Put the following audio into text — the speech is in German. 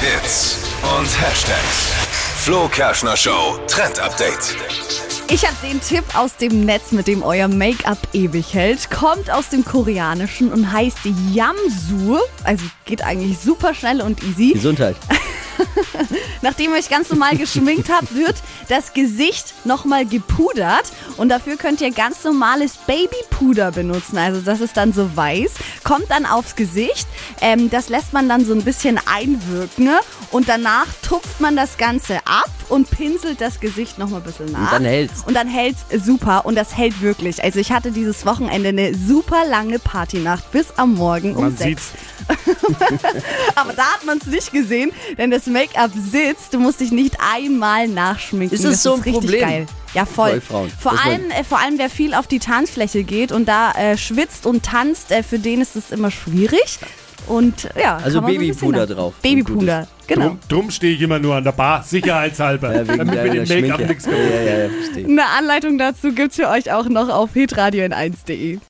Hits und Hashtags. Flo Kerschner Show Trend Update. Ich habe den Tipp aus dem Netz, mit dem euer Make-up ewig hält. Kommt aus dem Koreanischen und heißt Yamsur. Also geht eigentlich super schnell und easy. Gesundheit. Nachdem ihr euch ganz normal geschminkt habt, wird das Gesicht nochmal gepudert und dafür könnt ihr ganz normales Babypuder benutzen. Also das ist dann so weiß, kommt dann aufs Gesicht, ähm, das lässt man dann so ein bisschen einwirken und danach tupft man das Ganze ab und pinselt das Gesicht nochmal ein bisschen nach. dann hält's. Und dann hält's super und das hält wirklich. Also ich hatte dieses Wochenende eine super lange Partynacht bis am Morgen um Man sechs. sieht's. Aber da hat man es nicht gesehen, denn das Make-up sitzt. Du musst dich nicht einmal nachschminken. Ist es das so ein ist richtig Problem? Geil. Ja, voll. Bei Frauen. Vor, Das allem, äh, vor allem, wer viel auf die Tanzfläche geht und da äh, schwitzt und tanzt, äh, für den ist es immer schwierig. Und äh, ja, Also kann man so ein bisschen Babypuder nach- drauf. Babypuder, genau. Drum, drum stehe ich immer nur an der Bar, sicherheitshalber, Ja, Äh, wegen damit der, mir der den Make-up Schminke. nichts Ja, ja, ja, verstehe. Eine Anleitung dazu gibt's für euch auch noch auf hitradio1.de.